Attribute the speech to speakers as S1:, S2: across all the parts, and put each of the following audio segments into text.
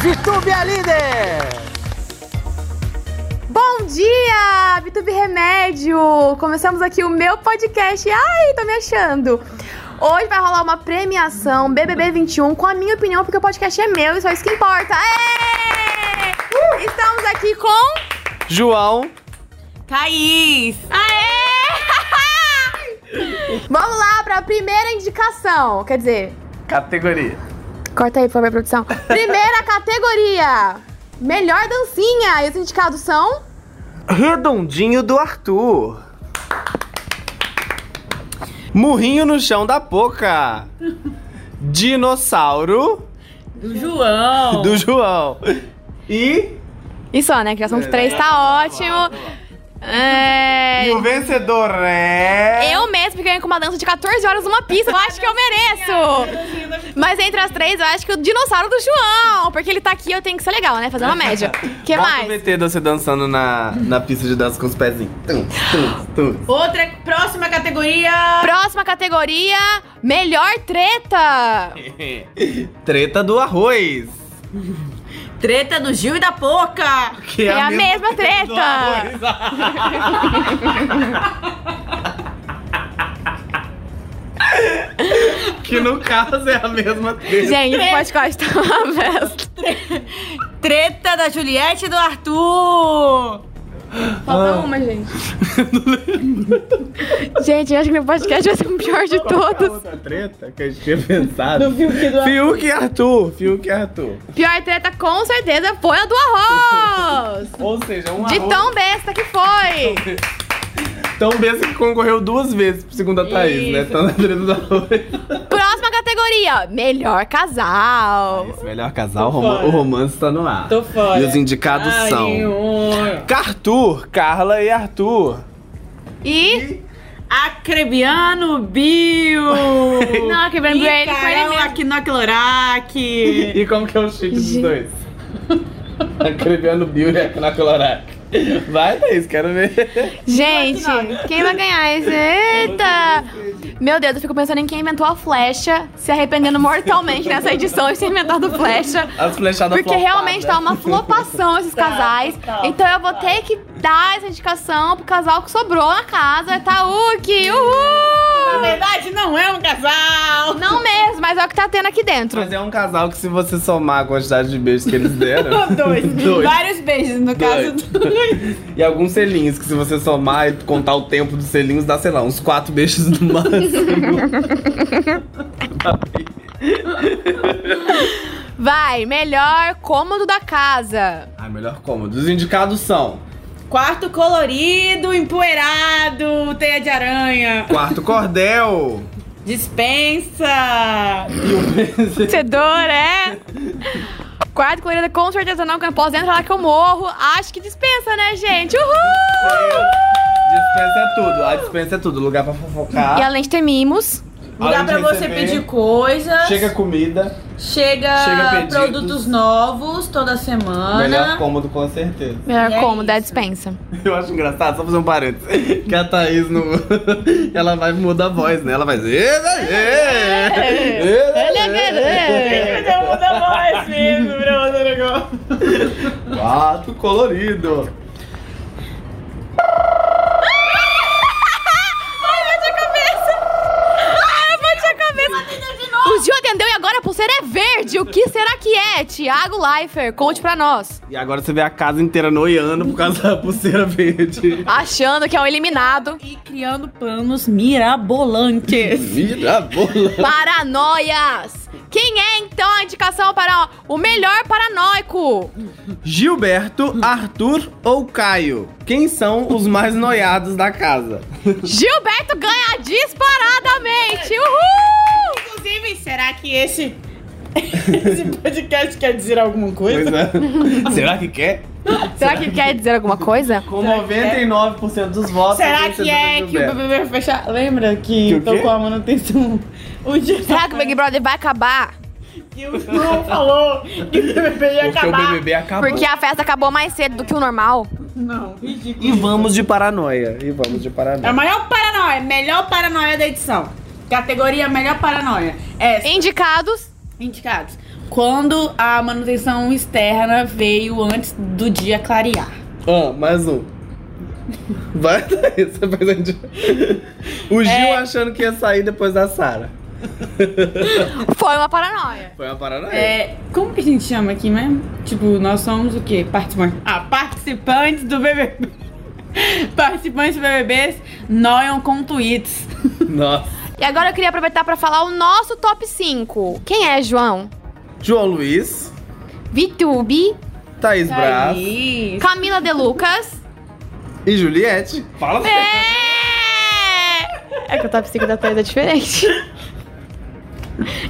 S1: Vitube é líder!
S2: Bom dia, Vitube Remédio! Começamos aqui o meu podcast. Ai, tô me achando! Hoje vai rolar uma premiação BBB 21 com a minha opinião, porque o podcast é meu e só isso que importa. Aê! Estamos aqui com
S1: João,
S3: Thaís!
S2: Vamos lá para a primeira indicação. Quer dizer,
S1: categoria.
S2: corta aí, por favor, produção. Primeira categoria: Melhor dancinha. E os indicados são.
S1: Redondinho do Arthur. Murrinho no chão da Poca. Dinossauro
S3: Do João!
S1: do João. E,
S2: E só, né? Criação dos
S1: É.
S2: três tá ótimo. É.
S1: e o vencedor é.
S2: Eu mesmo que ganhei com uma dança de 14 horas numa pista, eu acho que eu mereço. Mas entre as três, eu acho que o dinossauro do João, porque ele tá aqui, eu tenho que ser legal, né? Fazer uma média. que
S1: Bota
S2: mais?
S1: o VT de você dançando na, na pista de dança com os pezinhos. Tum, tum, tum.
S3: Outra próxima categoria!
S2: Próxima categoria: Melhor treta.
S1: Treta do arroz.
S3: Treta do Gil e da Poca!
S1: Que
S2: É a mesma
S1: do
S2: treta.
S1: arroz. que no caso é a mesma treta.
S2: Gente, o podcast tá uma festa.
S3: Treta da Juliette e do Arthur!
S2: Falta
S1: Ah.
S2: uma, gente. gente, eu acho que meu podcast vai ser o pior de
S1: Qual
S2: todos.
S1: outra treta que a gente tinha pensado. Do Fiuk do Arthur. Fiuk e Arthur.
S2: Pior treta, com certeza, foi a do arroz.
S1: Ou seja, um
S2: De
S1: arroz
S2: tão besta que foi.
S1: tão besta que concorreu duas vezes, segundo a Thaís, né? Tá na treta do arroz.
S2: Próxima categoria: Melhor casal.
S1: Esse melhor casal, roman- o romance tá no ar. Tô
S3: fora.
S1: E os indicados são... Cartur, Carla e Arthur.
S2: E.
S3: Acrebiano Bio!
S2: Não, quebrando
S3: é
S2: ele foi ele
S3: Micael
S2: mesmo.
S3: Aquinoclorac!
S1: E como que é o chip dos
S2: Gente.
S1: dois? Acrebiano Bill e na Colorac. Vai, Thaís, quero ver.
S2: Gente, quem vai ganhar esse? Eita! Meu Deus, eu fico pensando em quem inventou a flecha, se arrependendo mortalmente nessa edição de ter inventado flecha.
S1: As flechadas
S2: Porque
S1: flopadas.
S2: realmente tá uma flopação esses casais. Então eu vou ter que dar essa indicação pro casal que sobrou na casa. Taúque!
S3: Na
S2: Uhul!
S3: verdade, não é um casal!
S2: Não mesmo, mas é o que tá tendo aqui dentro.
S1: Mas é um casal que se você somar a quantidade de beijos que eles deram...
S3: Dois.
S1: Dois.
S3: Vários beijos, no caso.
S1: Dois. E alguns selinhos que se você somar e contar o tempo dos selinhos, dá, sei lá, uns quatro beijos no máximo.
S2: Vai, melhor cômodo da casa.
S1: Ai, melhor cômodo. Os indicados são...
S3: Quarto colorido, empoeirado, teia de aranha,
S1: Quarto Cordel. um
S3: dispensa.
S2: Vencedor é. Quarto colorida, com certeza não, que eu posso entrar lá que eu morro. Acho que dispensa, né, gente? Uhul!
S1: Dispensa é tudo. A dispensa é tudo. Lugar pra fofocar.
S2: E além de ter mimos,
S3: Lugar
S1: Além de
S3: pra você
S1: receber,
S3: pedir coisas.
S1: Chega comida.
S3: chega
S1: chega pedidos.
S3: produtos novos toda semana.
S1: Melhor cômodo, com certeza.
S2: melhor
S3: E é
S2: cômodo é a
S3: isso.
S2: dispensa.
S1: Eu acho engraçado, só fazer um parênteses. Que a Thaís não. Ela vai mudar a voz, né? Ela vai dizer. "Eba, ê,
S3: É.
S1: ê, ê, ê".
S3: Então voz mesmo pra fazer negócio.
S1: Quarto colorido.
S2: Ai, eu bati a cabeça! O Gil atendeu e agora a pulseira é verde. O que será que é? Tiago Leifert, conte pra nós.
S1: E agora você vê a casa inteira noiando por causa da pulseira verde.
S2: Achando que é um eliminado.
S3: E criando planos mirabolantes.
S1: Vira bola.
S2: Paranoias! Quem é então a indicação para o melhor paranoico?
S1: Gilberto, Arthur ou Caio? Quem são os mais noiados da casa?
S2: Gilberto ganha disparadamente! Uhul!
S3: Inclusive, será que esse esse podcast quer dizer alguma
S1: Pois
S3: coisa?
S1: é. Será que quer?
S2: Será que quer dizer alguma coisa?
S1: Com 99% dos votos.
S3: Será que é que o BBB vai fechar? Lembra que,
S1: Que o quê?
S3: tocou a manutenção? O dia
S2: Será que o Big Brother vai acabar?
S3: que o João falou que o BBB ia
S1: Porque o
S3: acabar?
S1: BBB acabou.
S2: Porque a festa acabou mais cedo do que o normal.
S3: Não, ridículo.
S1: E vamos de paranoia. E vamos de
S3: É a
S1: paranoia.
S3: maior paranoia, melhor paranoia da edição. Categoria melhor paranoia. É,
S2: Indicados.
S3: indicados. Quando a manutenção externa veio antes do dia clarear.
S1: Ó, mais um. Vai daí, você faz a gente- O Gil
S3: É.
S1: achando que ia sair depois da Sara.
S2: Foi uma paranoia.
S1: Foi uma paranoia.
S3: É, como que a gente chama aqui mesmo? Tipo, nós somos o quê? Participantes. Ah, participantes do BBB. participantes do BBBs noiam com tweets.
S1: Nossa.
S2: E agora eu queria aproveitar pra falar o nosso top 5. Quem é, João?
S1: João Luiz,
S2: Vitube,
S1: Thaís Braz
S3: Thaís.
S2: Camila De Lucas.
S1: e Juliette. Fala sério.
S2: É! É que o top 5 da Thaís é diferente.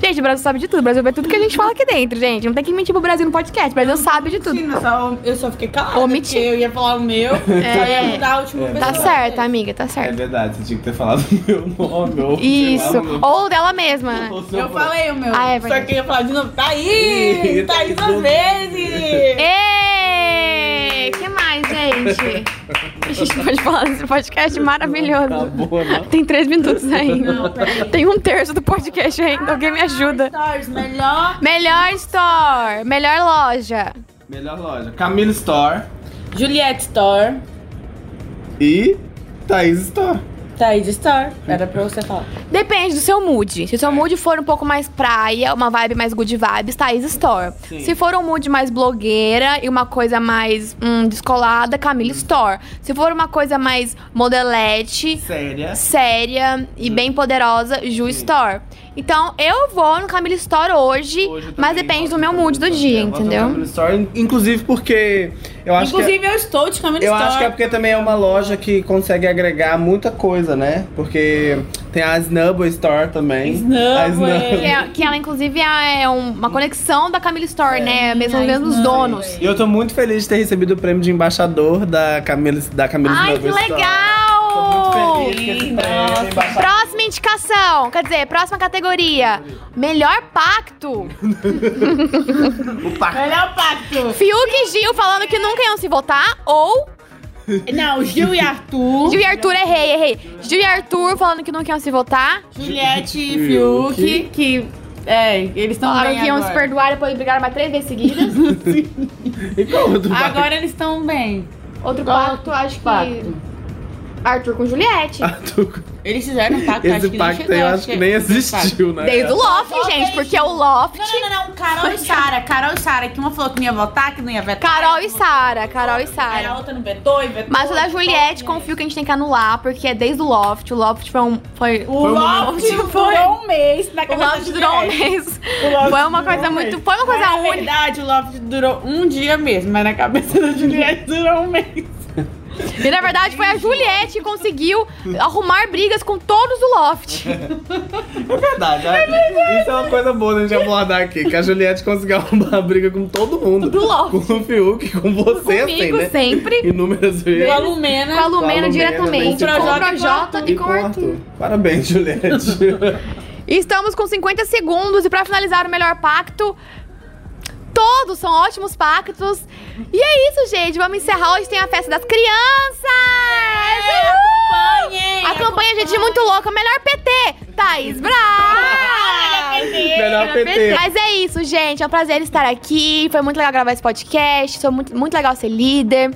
S2: Gente, o Brasil sabe de tudo. O Brasil vê tudo que a gente fala aqui dentro, gente. Não tem que mentir pro Brasil no podcast. O Brasil sabe de tudo.
S3: Sim, eu só, eu só fiquei calada.
S2: Omiti.
S3: porque Eu ia falar o meu, só ia mudar a última
S1: É.
S3: pessoa.
S2: Tá certo, amiga, tá
S1: É
S2: certo.
S1: verdade, você tinha que ter falado meu nome. ou sei lá
S2: Isso.
S1: o nome.
S2: Ou dela mesma. né?
S1: Ou seu
S3: Eu
S1: nome.
S3: falei o meu.
S2: Ah, é
S3: só
S2: verdade.
S3: que eu ia falar de novo.
S1: Ih,
S3: Thaís! Thaís
S1: Thaís
S3: duas
S1: duas
S3: vezes!
S2: Ê! Que mais, gente? A gente pode falar desse podcast maravilhoso.
S1: Tá bom, né?
S2: Tem três minutos ainda. Tem um terço do podcast ainda. Alguém me ajuda.
S3: Stories, melhor.
S2: Melhor store, melhor loja.
S1: Melhor loja. Camilo Store
S3: Juliette Store.
S1: e Thaís Store.
S3: Thaís Store. Era pra você falar.
S2: Depende do seu mood. Se o
S1: É.
S2: seu mood for um pouco mais praia, uma vibe mais good vibes, Thaís Store.
S1: Sim.
S2: Se for um mood mais blogueira e uma coisa mais hum, descolada, Camille Store. Se for uma coisa mais modelete,
S1: Séria.
S2: séria e bem poderosa, Ju Store. Então, eu vou no Camille Store hoje,
S1: Hoje eu
S2: mas
S1: também
S2: depende
S1: gosto
S2: do meu
S1: de
S2: mood do
S1: Camilo
S2: dia,
S1: Store. Eu gosto do
S2: entendeu?
S1: Camilo Store, inclusive porque eu acho que. é,
S3: Inclusive, eu estou de Camila
S1: Eu
S3: Store.
S1: acho que é porque também é uma loja que consegue agregar muita coisa, né? Porque tem a Snubble Store também.
S3: Snubble.
S1: A
S2: Que, é- que ela, inclusive, é um- uma conexão da Camille Store,
S1: É.
S2: né? Mesmo
S3: Ai,
S2: vendo os
S3: não,
S2: donos.
S3: gente.
S1: E eu tô muito feliz de ter recebido o prêmio de embaixador da Camila da Camila
S2: Ai, que
S1: Snubble Store. Tô
S2: legal!
S1: muito feliz com esse
S3: Sim,
S1: prêmio.
S3: nossa.
S1: de embaixador.
S2: Próxima indicação, quer dizer, próxima categoria. Melhor pacto.
S1: O par-
S3: Melhor pacto.
S2: Fiuk e Gil falando que nunca iam se votar. Ou
S3: Não, Gil e Arthur.
S2: Gil e Arthur, errei, errei. Gil e Arthur falando que nunca iam se votar.
S3: Juliette e
S1: Fiuk.
S3: Fiuk. Que. É, eles estão
S2: Falaram
S3: bem.
S2: que iam se
S3: agora.
S2: perdoar e depois brigaram mais três vezes seguidas.
S1: E qual o do bar-
S3: Agora eles estão bem.
S2: Outro
S3: Qual
S2: pacto, acho que.
S3: pacto?
S2: Arthur com Juliette.
S1: Ah, tu-
S3: Eles fizeram um pacto, acho
S1: Esse
S3: que nem
S1: pacto aí
S3: chegou,
S1: eu acho que
S2: é
S1: nem existiu, né?
S2: Desde o
S3: é.
S2: Loft,
S3: Só
S2: gente,
S3: beijo.
S2: porque é o Loft.
S3: Não, não, não, não. Carol e Sara. Carol e Sara. Que uma falou que não ia votar, que não ia vetar.
S2: Carol e
S3: que não-
S2: Sara, Carol e
S3: Aí a
S2: Sara.
S3: outra não vetou e vetou.
S2: Mas o da
S3: vetou,
S2: Juliette,
S3: né?
S2: confio que a gente tem que anular, porque é desde o Loft. O Loft foi um. Foi,
S3: O
S1: Foi um
S3: Loft
S2: momento- foi.
S3: durou um mês na
S2: O
S3: cabeça
S2: Loft
S3: de
S2: durou um
S3: Juliette.
S2: mês.
S3: O Loft
S2: Foi uma
S3: durou
S2: coisa
S3: um
S2: muito-
S3: mês.
S2: foi uma coisa
S3: Mas,
S2: única.
S3: Na verdade, o Loft durou um dia mesmo, mas na cabeça da Juliette durou um mês.
S2: E na verdade foi a Juliette que conseguiu arrumar brigas com todos do Loft.
S1: É verdade. né? Isso é uma coisa boa da gente abordar aqui. Que a Juliette conseguiu arrumar a briga com todo mundo.
S2: Do Loft.
S1: Com o Fiuk, com você, assim,
S2: Comigo
S1: né?
S2: sempre.
S1: Inúmeras vezes.
S3: Com a Lumena.
S2: Com a
S1: Com a
S2: Lumena
S1: Lumena,
S2: diretamente.
S1: né?
S2: Com o
S3: E com
S2: Projota e com o Arthur.
S1: Parabéns, Juliette.
S2: E Estamos com 50 segundos e pra finalizar o melhor pacto. Todos são ótimos pactos. E é isso, gente. Vamos encerrar. Hoje tem a festa das crianças.
S3: Acompanhem,
S2: A campanha, gente, é muito louca. Melhor PT, Thaís Braz.
S1: Melhor PT.
S2: Mas é isso, gente. É um prazer estar aqui. Foi muito legal gravar esse podcast. Foi muito, muito legal ser líder.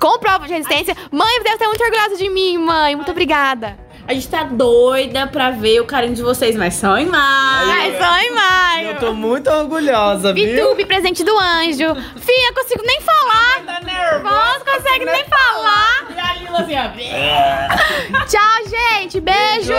S2: Com prova de resistência. Mãe, deve estar muito orgulhosa de mim, mãe. Muito obrigada.
S3: A gente tá doida pra ver o carinho de vocês, mas só em mais.
S2: Ai, mãe,
S1: Eu
S2: mãe.
S1: tô muito orgulhosa, viu?
S2: Bitube, presente do anjo. Fia, consigo nem falar.
S3: Tá nervosa.
S2: Você consegue nem falar.
S3: E a Lila assim, ó.
S2: Tchau, gente. Beijo.